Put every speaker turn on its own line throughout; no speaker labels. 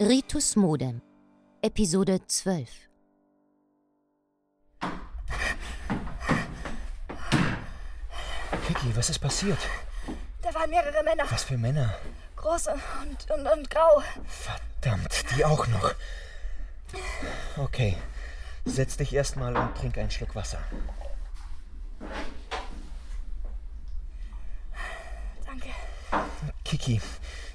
Ritus Modem, Episode 12.
Kiki, was ist passiert?
Da waren mehrere Männer.
Was für Männer?
Groß und, und, und grau.
Verdammt, die auch noch. Okay, setz dich erstmal und trink einen Schluck Wasser.
Danke.
Kiki,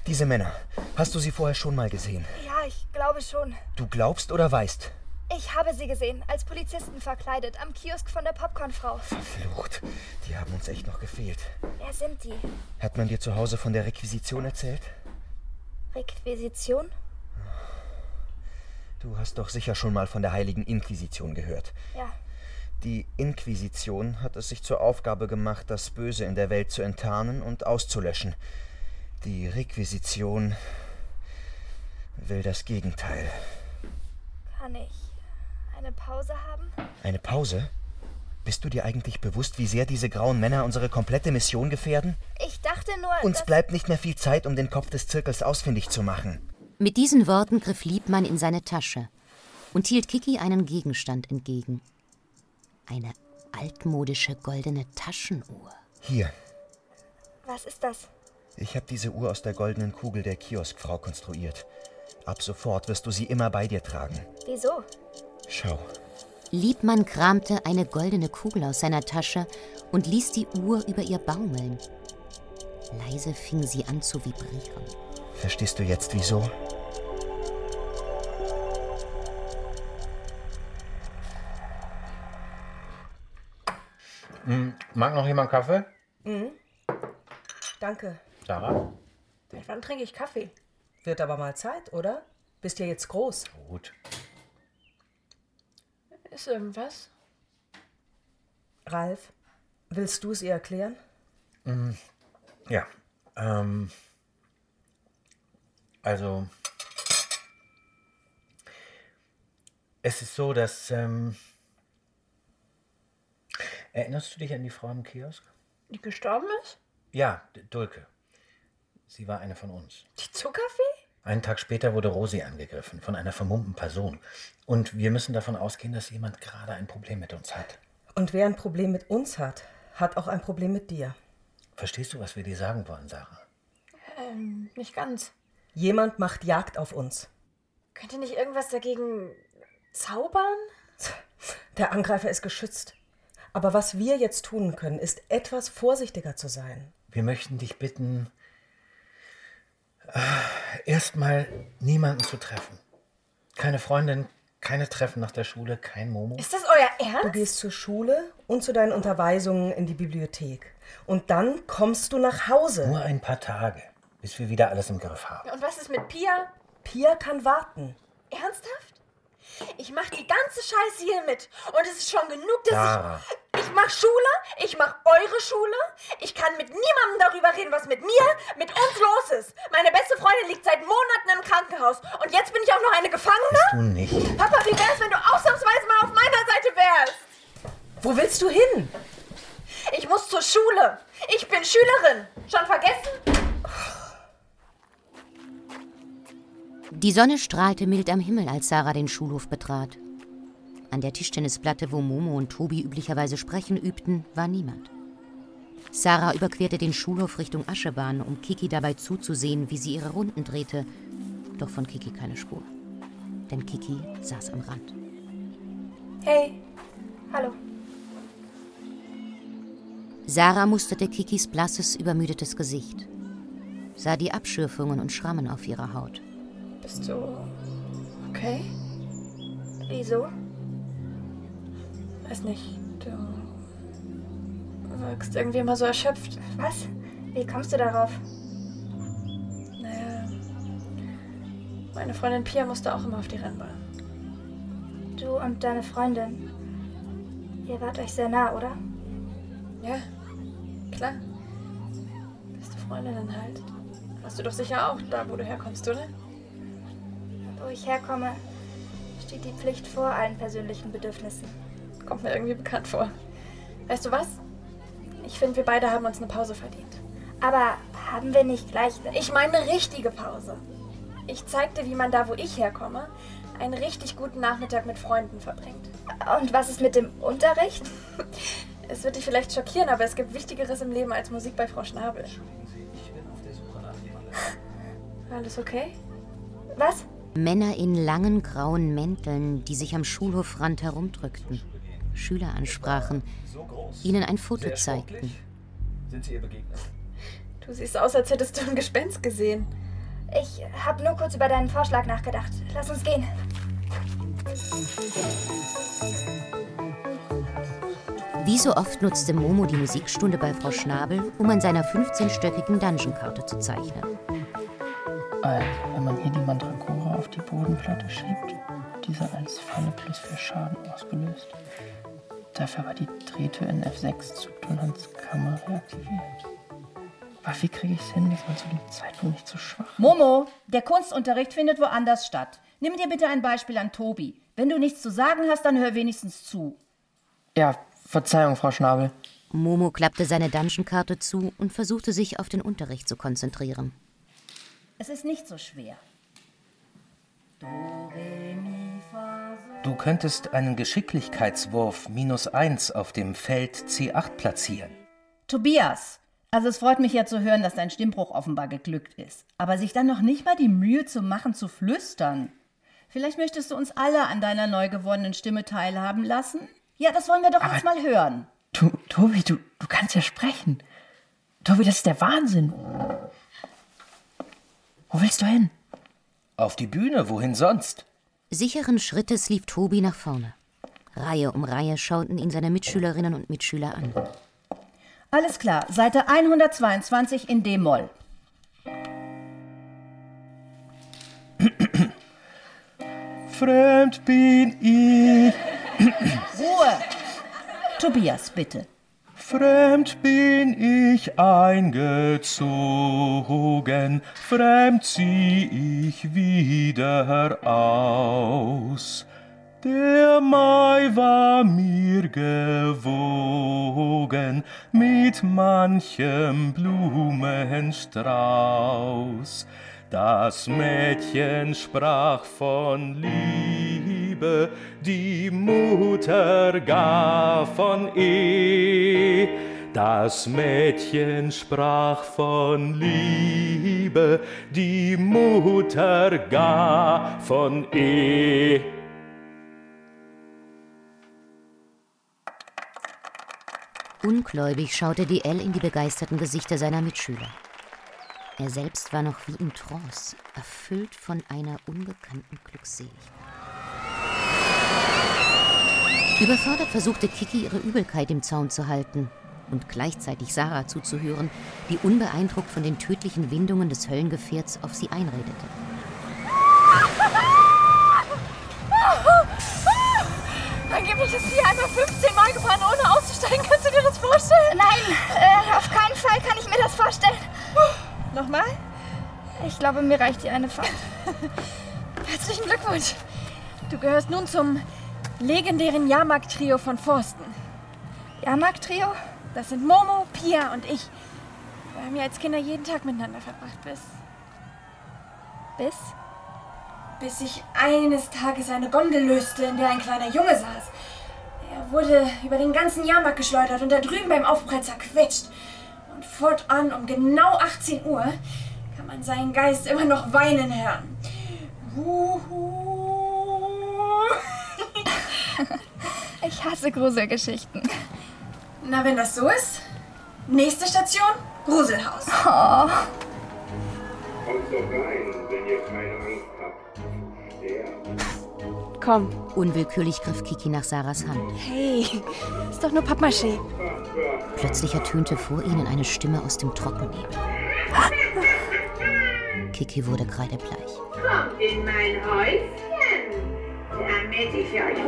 diese Männer, hast du sie vorher schon mal gesehen?
Ja, ich glaube schon.
Du glaubst oder weißt?
Ich habe sie gesehen, als Polizisten verkleidet, am Kiosk von der Popcornfrau.
Flucht, die haben uns echt noch gefehlt.
Wer sind die?
Hat man dir zu Hause von der Requisition erzählt?
Requisition?
Du hast doch sicher schon mal von der Heiligen Inquisition gehört.
Ja.
Die Inquisition hat es sich zur Aufgabe gemacht, das Böse in der Welt zu enttarnen und auszulöschen. Die Requisition will das Gegenteil.
Kann ich eine Pause haben?
Eine Pause? Bist du dir eigentlich bewusst, wie sehr diese grauen Männer unsere komplette Mission gefährden?
Ich dachte nur.
Uns
dass-
bleibt nicht mehr viel Zeit, um den Kopf des Zirkels ausfindig zu machen.
Mit diesen Worten griff Liebmann in seine Tasche und hielt Kiki einen Gegenstand entgegen. Eine altmodische goldene Taschenuhr.
Hier,
Was ist das?
ich habe diese Uhr aus der goldenen Kugel der Kioskfrau konstruiert. Ab sofort wirst du sie immer bei dir tragen.
Wieso?
Schau,
Liebmann kramte eine goldene Kugel aus seiner Tasche und ließ die Uhr über ihr baumeln. Leise fing sie an zu vibrieren.
verstehst du jetzt wieso?
Mag noch jemand Kaffee?
Danke.
Sarah?
Seit wann trinke ich Kaffee? Wird aber mal Zeit, oder? Bist ja jetzt groß.
Gut.
Ist irgendwas?
Ralf, willst du es ihr erklären?
Ja. Ähm, also. Es ist so, dass. Ähm, erinnerst du dich an die Frau im Kiosk?
Die gestorben ist?
Ja, D- Dulke. Sie war eine von uns.
Die Zuckerfee?
Einen Tag später wurde Rosi angegriffen von einer vermummten Person. Und wir müssen davon ausgehen, dass jemand gerade ein Problem mit uns hat.
Und wer ein Problem mit uns hat, hat auch ein Problem mit dir.
Verstehst du, was wir dir sagen wollen, Sarah?
Ähm, nicht ganz.
Jemand macht Jagd auf uns.
Könnt ihr nicht irgendwas dagegen zaubern?
Der Angreifer ist geschützt. Aber was wir jetzt tun können, ist etwas vorsichtiger zu sein.
wir möchten dich bitten, äh, erstmal niemanden zu treffen. Keine Freundin, keine Treffen nach der Schule, kein Momo.
Ist das euer
Du
Ernst?
gehst zur Schule und zu deinen Unterweisungen in die Bibliothek. Und dann kommst du nach Hause.
Nur ein paar Tage, bis wir wieder alles im Griff haben.
Und was ist mit Pia?
Pia kann warten.
Ernsthaft? Ich mach die ganze Scheiße hier mit. Und es ist schon genug, dass
Sarah.
ich. Ich mach Schule, ich mach eure Schule. Ich kann mit niemandem darüber reden, was mit mir, mit uns los ist. Meine beste Freundin liegt seit Monaten im Krankenhaus. Und jetzt bin ich auch noch eine
Bist
Gefangene?
du nicht?
Papa, wie wär's, wenn du ausnahmsweise mal auf meiner Seite wärst?
Wo willst du hin?
Ich muss zur Schule. Ich bin Schülerin. Schon vergessen?
Die Sonne strahlte mild am Himmel, als Sarah den Schulhof betrat. An der Tischtennisplatte, wo Momo und Tobi üblicherweise sprechen übten, war niemand. Sarah überquerte den Schulhof Richtung Aschebahn, um Kiki dabei zuzusehen, wie sie ihre Runden drehte. Doch von Kiki keine Spur. Denn Kiki saß am Rand.
Hey. Hallo.
Sarah musterte Kikis blasses, übermüdetes Gesicht, sah die Abschürfungen und Schrammen auf ihrer Haut.
Bist du.
Okay.
Wieso?
Weiß nicht. Du wirkst irgendwie immer so erschöpft.
Was? Wie kommst du darauf?
Naja. Meine Freundin Pia musste auch immer auf die Rennbahn.
Du und deine Freundin. Ihr wart euch sehr nah, oder?
Ja, klar. Beste Freundinnen halt. Hast du doch sicher auch da, wo du herkommst, oder?
Wo ich herkomme, steht die Pflicht vor allen persönlichen Bedürfnissen.
Kommt mir irgendwie bekannt vor. Weißt du was? Ich finde, wir beide haben uns eine Pause verdient.
Aber haben wir nicht gleich.
Ich meine eine richtige Pause. Ich zeigte, wie man da, wo ich herkomme, einen richtig guten Nachmittag mit Freunden verbringt.
Und was ist mit dem Unterricht?
Es wird dich vielleicht schockieren, aber es gibt Wichtigeres im Leben als Musik bei Frau Schnabel. Alles okay?
Was?
Männer in langen grauen Mänteln, die sich am Schulhofrand herumdrückten, Schüler ansprachen, ihnen ein Foto zeigten.
Du siehst aus, als hättest du ein Gespenst gesehen.
Ich habe nur kurz über deinen Vorschlag nachgedacht. Lass uns gehen. Äh,
Wie so oft nutzte Momo die Musikstunde bei Frau Schnabel, um an seiner 15-stöckigen Dungeon-Karte zu zeichnen.
Also, wenn man hier die Mandragora auf die Bodenplatte schiebt, wird diese als Falle plus 4 Schaden ausgelöst. Dafür war die Drehtür in F6 zu Donalds Kammer reaktiviert. Aber wie kriege ich es hin, dass man zu dem Zeitpunkt nicht zu schwach
Momo, der Kunstunterricht findet woanders statt. Nimm dir bitte ein Beispiel an Tobi. Wenn du nichts zu sagen hast, dann hör wenigstens zu.
Ja, Verzeihung, Frau Schnabel.
Momo klappte seine Dungeon-Karte zu und versuchte sich auf den Unterricht zu konzentrieren.
Es ist nicht so schwer.
Du könntest einen Geschicklichkeitswurf minus 1 auf dem Feld C8 platzieren.
Tobias, also es freut mich ja zu hören, dass dein Stimmbruch offenbar geglückt ist. Aber sich dann noch nicht mal die Mühe zu machen, zu flüstern. Vielleicht möchtest du uns alle an deiner neu gewonnenen Stimme teilhaben lassen? Ja, das wollen wir doch jetzt mal hören.
Du, Tobi, du, du kannst ja sprechen. Tobi, das ist der Wahnsinn. Wo willst du hin?
Auf die Bühne, wohin sonst?
Sicheren Schrittes lief Tobi nach vorne. Reihe um Reihe schauten ihn seine Mitschülerinnen und Mitschüler an.
Alles klar, Seite 122 in D-Moll.
Fremd bin ich,
Ruhe! Tobias, bitte.
fremd bin ich eingezogen, fremd zieh ich wieder aus. Der Mai war mir gewogen mit manchem Blumenstrauß. Das Mädchen sprach von Liebe, die Mutter gar von Ehe. Das Mädchen sprach von Liebe, die Mutter gar von Ehe.
Ungläubig schaute DL in die begeisterten Gesichter seiner Mitschüler. Er selbst war noch wie in Trance, erfüllt von einer ungekannten Glückseligkeit. Überfordert versuchte Kiki ihre Übelkeit im Zaun zu halten und gleichzeitig Sarah zuzuhören, die unbeeindruckt von den tödlichen Windungen des Höllengefährts auf sie einredete.
Angeblich ist sie einfach 15 Mal gefahren, ohne auszusteigen. Kannst du dir das vorstellen?
Nein, äh, auf keinen Fall kann ich mir das vorstellen.
Nochmal?
Ich glaube, mir reicht die eine Fahrt.
Herzlichen Glückwunsch. Du gehörst nun zum legendären Jahrmarkt-Trio von Forsten.
Jahrmarkt-Trio?
Das sind Momo, Pia und ich. Wir haben ja als Kinder jeden Tag miteinander verbracht, bis.
Bis?
Bis sich eines Tages eine Gondel löste, in der ein kleiner Junge saß. Er wurde über den ganzen Jahrmarkt geschleudert und da drüben beim Aufprall zerquetscht. Und fortan um genau 18 Uhr kann man seinen Geist immer noch weinen hören. Huhu.
Ich hasse Gruselgeschichten.
Na, wenn das so ist, nächste Station, Gruselhaus.
Kommt doch rein, wenn ihr keine Angst habt zu sterben.
Komm,
Unwillkürlich griff Kiki nach Sarahs Hand.
hey, ist doch nur Pappmaché.
Plötzlich ertönte vor ihnen eine Stimme aus dem Trockennebel. Kiki wurde kreidebleich.
Kommt in mein Häuschen, damit ich euch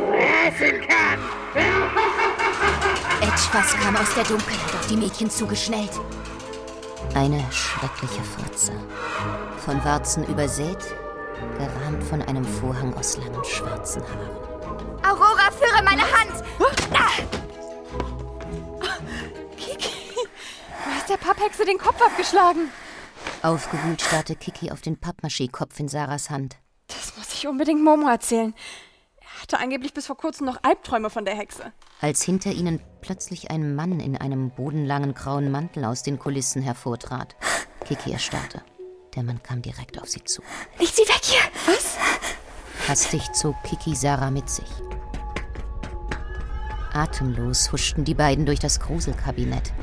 fressen kann.
Etwas kam aus der Dunkelheit auf die Mädchen zugeschnellt. Eine schreckliche Fratze. Von Warzen übersät, gerahmt von einem Vorhang aus langen schwarzen Haaren.
Aurora, führe meine Hand!
Kiki, du hast der Papphexe den Kopf abgeschlagen.
Aufgewühlt starrte Kiki auf den Pappmaché-Kopf in Sarahs Hand.
Das muss ich unbedingt Momo erzählen. Er hatte angeblich bis vor kurzem noch Albträume von der Hexe.
Als hinter ihnen plötzlich ein Mann in einem bodenlangen grauen Mantel aus den Kulissen hervortrat. Kiki erstarrte. Der Mann kam direkt auf sie zu.
Ich zieh weg hier! Was?
Hastig zog Kiki Sarah mit sich. Atemlos huschten die beiden durch das Gruselkabinett.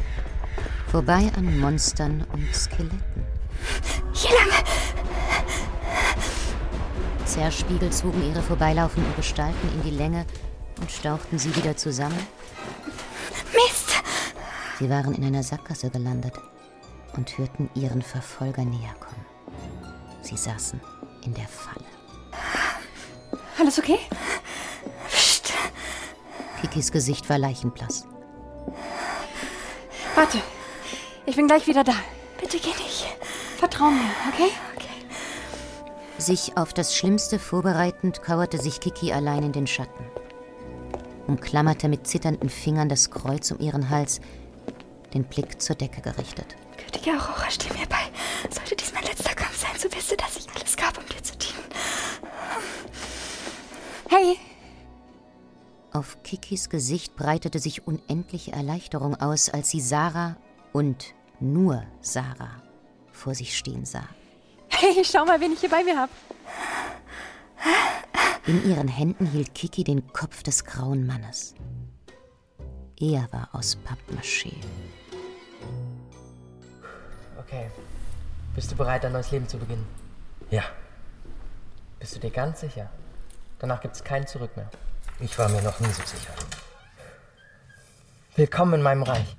Vorbei an Monstern und Skeletten.
Hier lang!
Zerspiegel zogen ihre vorbeilaufenden Gestalten in die Länge und stauchten sie wieder zusammen.
Mist!
Sie waren in einer Sackgasse gelandet und hörten ihren Verfolger näher kommen. Sie saßen in der Falle.
Alles okay?
Psst. Kikis Gesicht war leichenblass.
Warte. Ich bin gleich wieder da.
Bitte geh nicht.
Vertrau mir, okay?
Sich auf das Schlimmste vorbereitend, kauerte sich Kiki allein in den Schatten. Umklammerte mit zitternden Fingern das Kreuz um ihren Hals, den Blick zur Decke gerichtet.
Gütige Aurora, steh mir bei. Sollte dies mein letzter Kampf sein, so wisse, dass ich alles gab, um dir zu dienen.
Hey!
Auf Kikis Gesicht breitete sich unendliche Erleichterung aus, als sie Sarah und nur Sarah vor sich stehen sah.
Hey, schau mal, wen ich hier bei mir hab.
In ihren Händen hielt Kiki den Kopf des grauen Mannes. Er war aus Pappmaché.
Okay. Bist du bereit, ein neues Leben zu beginnen?
Ja,
Bist du dir ganz sicher? Danach gibt es kein Zurück mehr.
ich war mir noch nie so sicher.
Willkommen in meinem Reich.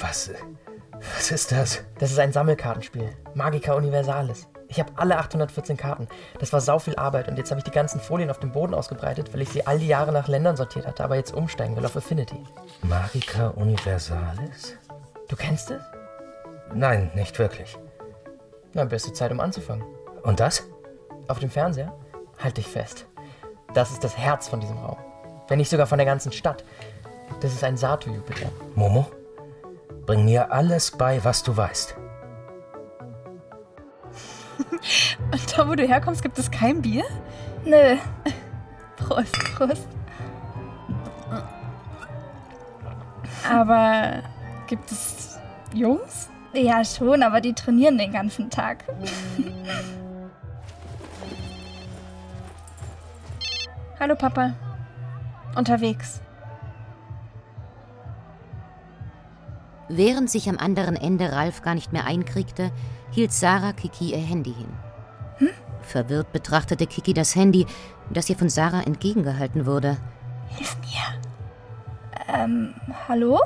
Was? Was ist das?
Das ist ein Sammelkartenspiel. Magica Universalis. Ich habe alle 814 Karten. Das war sau viel Arbeit und jetzt habe ich die ganzen Folien auf dem Boden ausgebreitet, weil ich sie all die Jahre nach Ländern sortiert hatte, aber jetzt umsteigen will auf Affinity.
Magica Universalis?
Du kennst es?
Nein, nicht wirklich.
Na, beste Zeit, um anzufangen.
Und das?
Auf dem Fernseher? Halt dich fest. Das ist das Herz von diesem Raum. Wenn nicht sogar von der ganzen Stadt. Das ist ein Sato-Jupiter.
Momo? Bring mir alles bei, was du weißt.
Und da, wo du herkommst, gibt es kein Bier? Nö. Prost, Prost.
Aber gibt es Jungs?
Ja, schon, aber die trainieren den ganzen Tag.
Hallo Papa. Unterwegs.
Während sich am anderen Ende Ralf gar nicht mehr einkriegte, hielt Sarah Kiki ihr Handy hin. Verwirrt betrachtete Kiki das Handy, das ihr von Sarah entgegengehalten wurde.
Hilf mir. Ähm, hallo?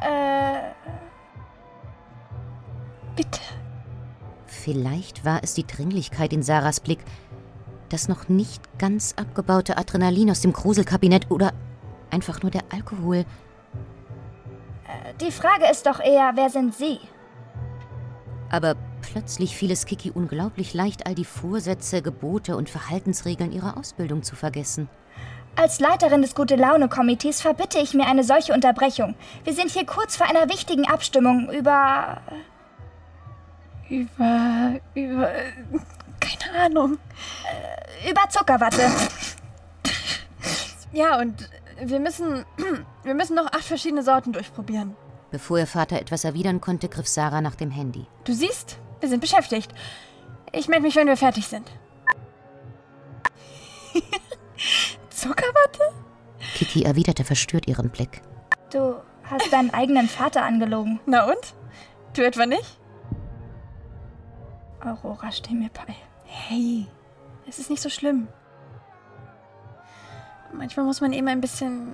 Äh, bitte.
Vielleicht war es die Dringlichkeit in Sarahs Blick, das noch nicht ganz abgebaute Adrenalin aus dem Gruselkabinett oder einfach nur der Alkohol.
Die Frage ist doch eher, wer sind Sie?
Aber plötzlich fiel es Kiki unglaublich leicht, all die Vorsätze, Gebote und Verhaltensregeln ihrer Ausbildung zu vergessen.
Als Leiterin des Gute-Laune-Komitees verbitte ich mir eine solche Unterbrechung. Wir sind hier kurz vor einer wichtigen Abstimmung über...
Über. über. Keine Ahnung.
äh, über Zuckerwatte.
Ja, und wir müssen. Wir müssen noch acht verschiedene Sorten durchprobieren.
Bevor ihr Vater etwas erwidern konnte, griff Sarah nach dem Handy.
Du siehst, wir sind beschäftigt. Ich melde mich, wenn wir fertig sind.
Zuckerwatte?
Kiki erwiderte verstört ihren Blick.
Du hast deinen eigenen Vater angelogen.
Na und? Du etwa nicht?
Aurora, steh mir bei. Hey, es ist nicht so schlimm.
Manchmal muss man eben ein bisschen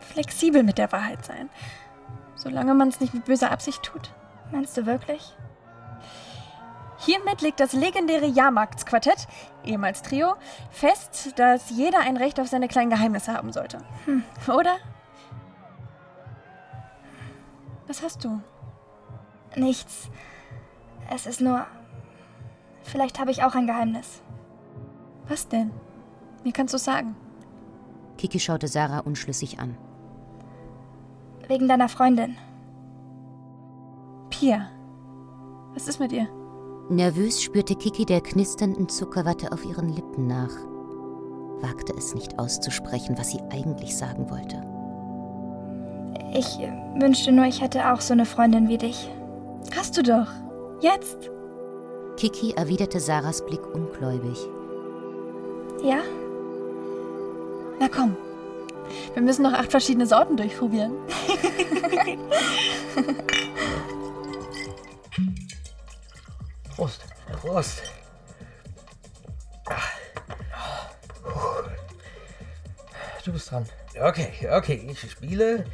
flexibel mit der Wahrheit sein. Solange man es nicht mit böser Absicht tut.
Meinst du wirklich?
Hiermit legt das legendäre Jahrmarktsquartett, ehemals Trio, fest, dass jeder ein Recht auf seine kleinen Geheimnisse haben sollte.
Hm.
Oder? Was hast du?
Nichts. Es ist nur. Vielleicht habe ich auch ein Geheimnis.
Was denn? Mir kannst du sagen.
Kiki schaute Sarah unschlüssig an.
Wegen deiner Freundin.
Pia. Was ist mit ihr?
Nervös spürte Kiki der knisternden Zuckerwatte auf ihren Lippen nach, wagte es nicht auszusprechen, was sie eigentlich sagen wollte.
Ich äh, wünschte nur, ich hätte auch so eine Freundin wie dich. Hast du doch. Jetzt.
Kiki erwiderte Sarahs Blick ungläubig.
Ja?
Na komm. Wir müssen noch acht verschiedene Sorten durchprobieren.
Prost. Prost. Ah. Puh. Du bist dran. Okay, okay. Ich spiele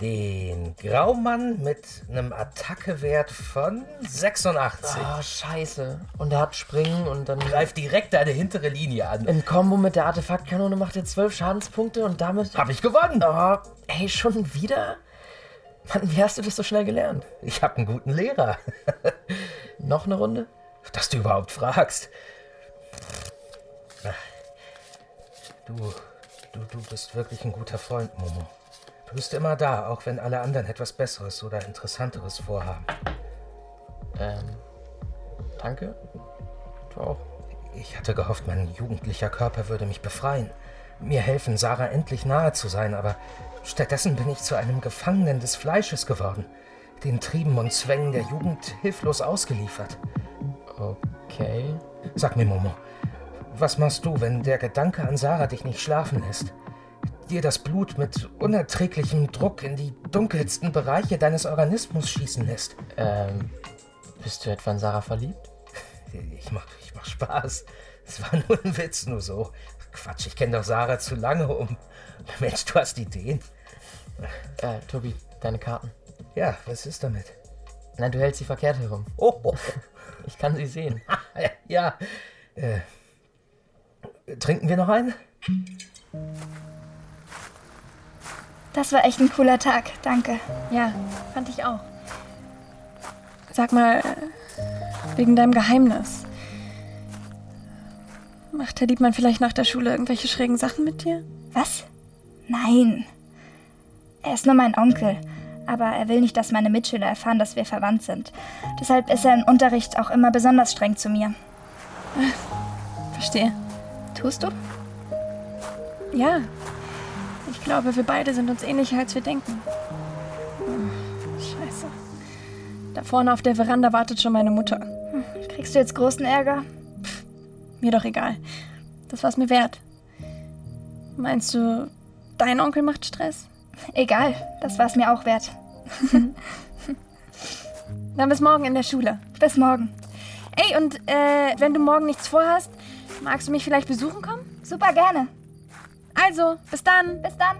den Graumann mit einem Attackewert von 86.
Oh, scheiße. Und er hat Springen und dann...
Greif direkt deine hintere Linie an.
Im Kombo mit der Artefaktkanone macht er 12 Schadenspunkte und damit...
Hab ich gewonnen.
Oh, hey, schon wieder? Mann, wie hast du das so schnell gelernt?
Ich habe einen guten Lehrer.
Noch eine Runde?
Dass du überhaupt fragst. Ah. Du, du, du bist wirklich ein guter Freund, Momo. Du bist immer da, auch wenn alle anderen etwas Besseres oder Interessanteres vorhaben.
Ähm, danke. Du auch.
Ich hatte gehofft, mein jugendlicher Körper würde mich befreien, mir helfen, Sarah endlich nahe zu sein, aber stattdessen bin ich zu einem Gefangenen des Fleisches geworden, den Trieben und Zwängen der Jugend hilflos ausgeliefert.
Okay.
Sag mir, Momo, was machst du, wenn der Gedanke an Sarah dich nicht schlafen lässt? Dir das Blut mit unerträglichem Druck in die dunkelsten Bereiche deines Organismus schießen lässt?
Ähm, bist du etwa in Sarah verliebt?
Ich mach, ich mach Spaß. Es war nur ein Witz, nur so. Quatsch, ich kenne doch Sarah zu lange, um. Mensch, du hast Ideen.
Äh, Tobi, deine Karten.
Ja, was ist damit?
Nein, du hältst sie verkehrt herum.
Oh, oh.
Ich kann sie sehen.
ja. Äh, trinken wir noch einen?
Das war echt ein cooler Tag. Danke.
Ja, fand ich auch. Sag mal, wegen deinem Geheimnis. Macht Herr Liebmann vielleicht nach der Schule irgendwelche schrägen Sachen mit dir?
Was? Nein. Er ist nur mein Onkel. Aber er will nicht, dass meine Mitschüler erfahren, dass wir verwandt sind. Deshalb ist er im Unterricht auch immer besonders streng zu mir.
Verstehe.
Tust du?
Ja. Ich glaube, wir beide sind uns ähnlicher, als wir denken. Hm, Scheiße. Da vorne auf der Veranda wartet schon meine Mutter.
Hm, Kriegst du jetzt großen Ärger?
Mir doch egal. Das war's mir wert. Meinst du, dein Onkel macht Stress?
Egal, das war es mir auch wert.
Dann bis morgen in der Schule.
Bis morgen.
Ey, und äh, wenn du morgen nichts vorhast, magst du mich vielleicht besuchen kommen?
Super gerne.
Also, bis dann.
Bis dann.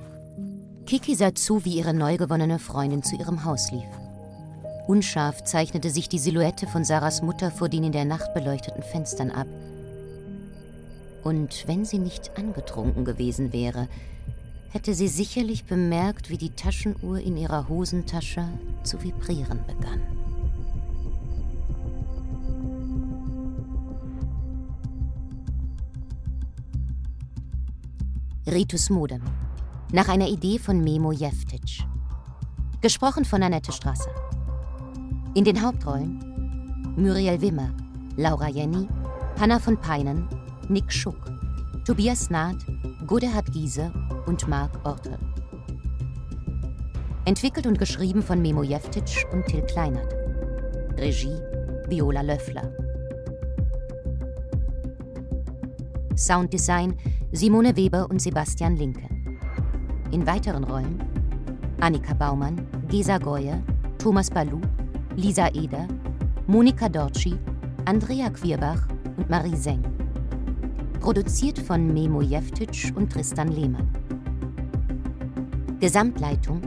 Kiki sah zu, wie ihre neu gewonnene Freundin zu ihrem Haus lief. Unscharf zeichnete sich die Silhouette von Sarahs Mutter vor den in der Nacht beleuchteten Fenstern ab. Und wenn sie nicht angetrunken gewesen wäre, hätte sie sicherlich bemerkt, wie die Taschenuhr in ihrer Hosentasche zu vibrieren begann. Ritus Modem. Nach einer Idee von Memo Jeftic. Gesprochen von Annette Strasser. In den Hauptrollen Muriel Wimmer, Laura Jenny, Hanna von Peinen, Nick Schuck, Tobias Naht, Godehard Giese und Marc Ortel. Entwickelt und geschrieben von Memo Jeftic und Till Kleinert. Regie Viola Löffler. Sounddesign Simone Weber und Sebastian Linke. In weiteren Rollen Annika Baumann, Gesa Goyer, Thomas Balu, Lisa Eder, Monika Dorci, Andrea Quierbach und Marie Seng. Produziert von Memo Jeftic und Tristan Lehmann. Gesamtleitung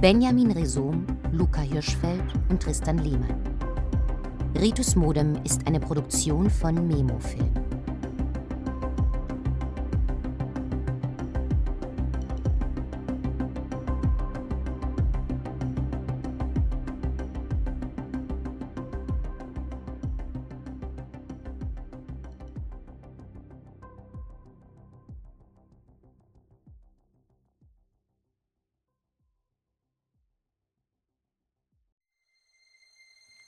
Benjamin Resom, Luca Hirschfeld und Tristan Lehmann. Ritus Modem ist eine Produktion von Memo Film.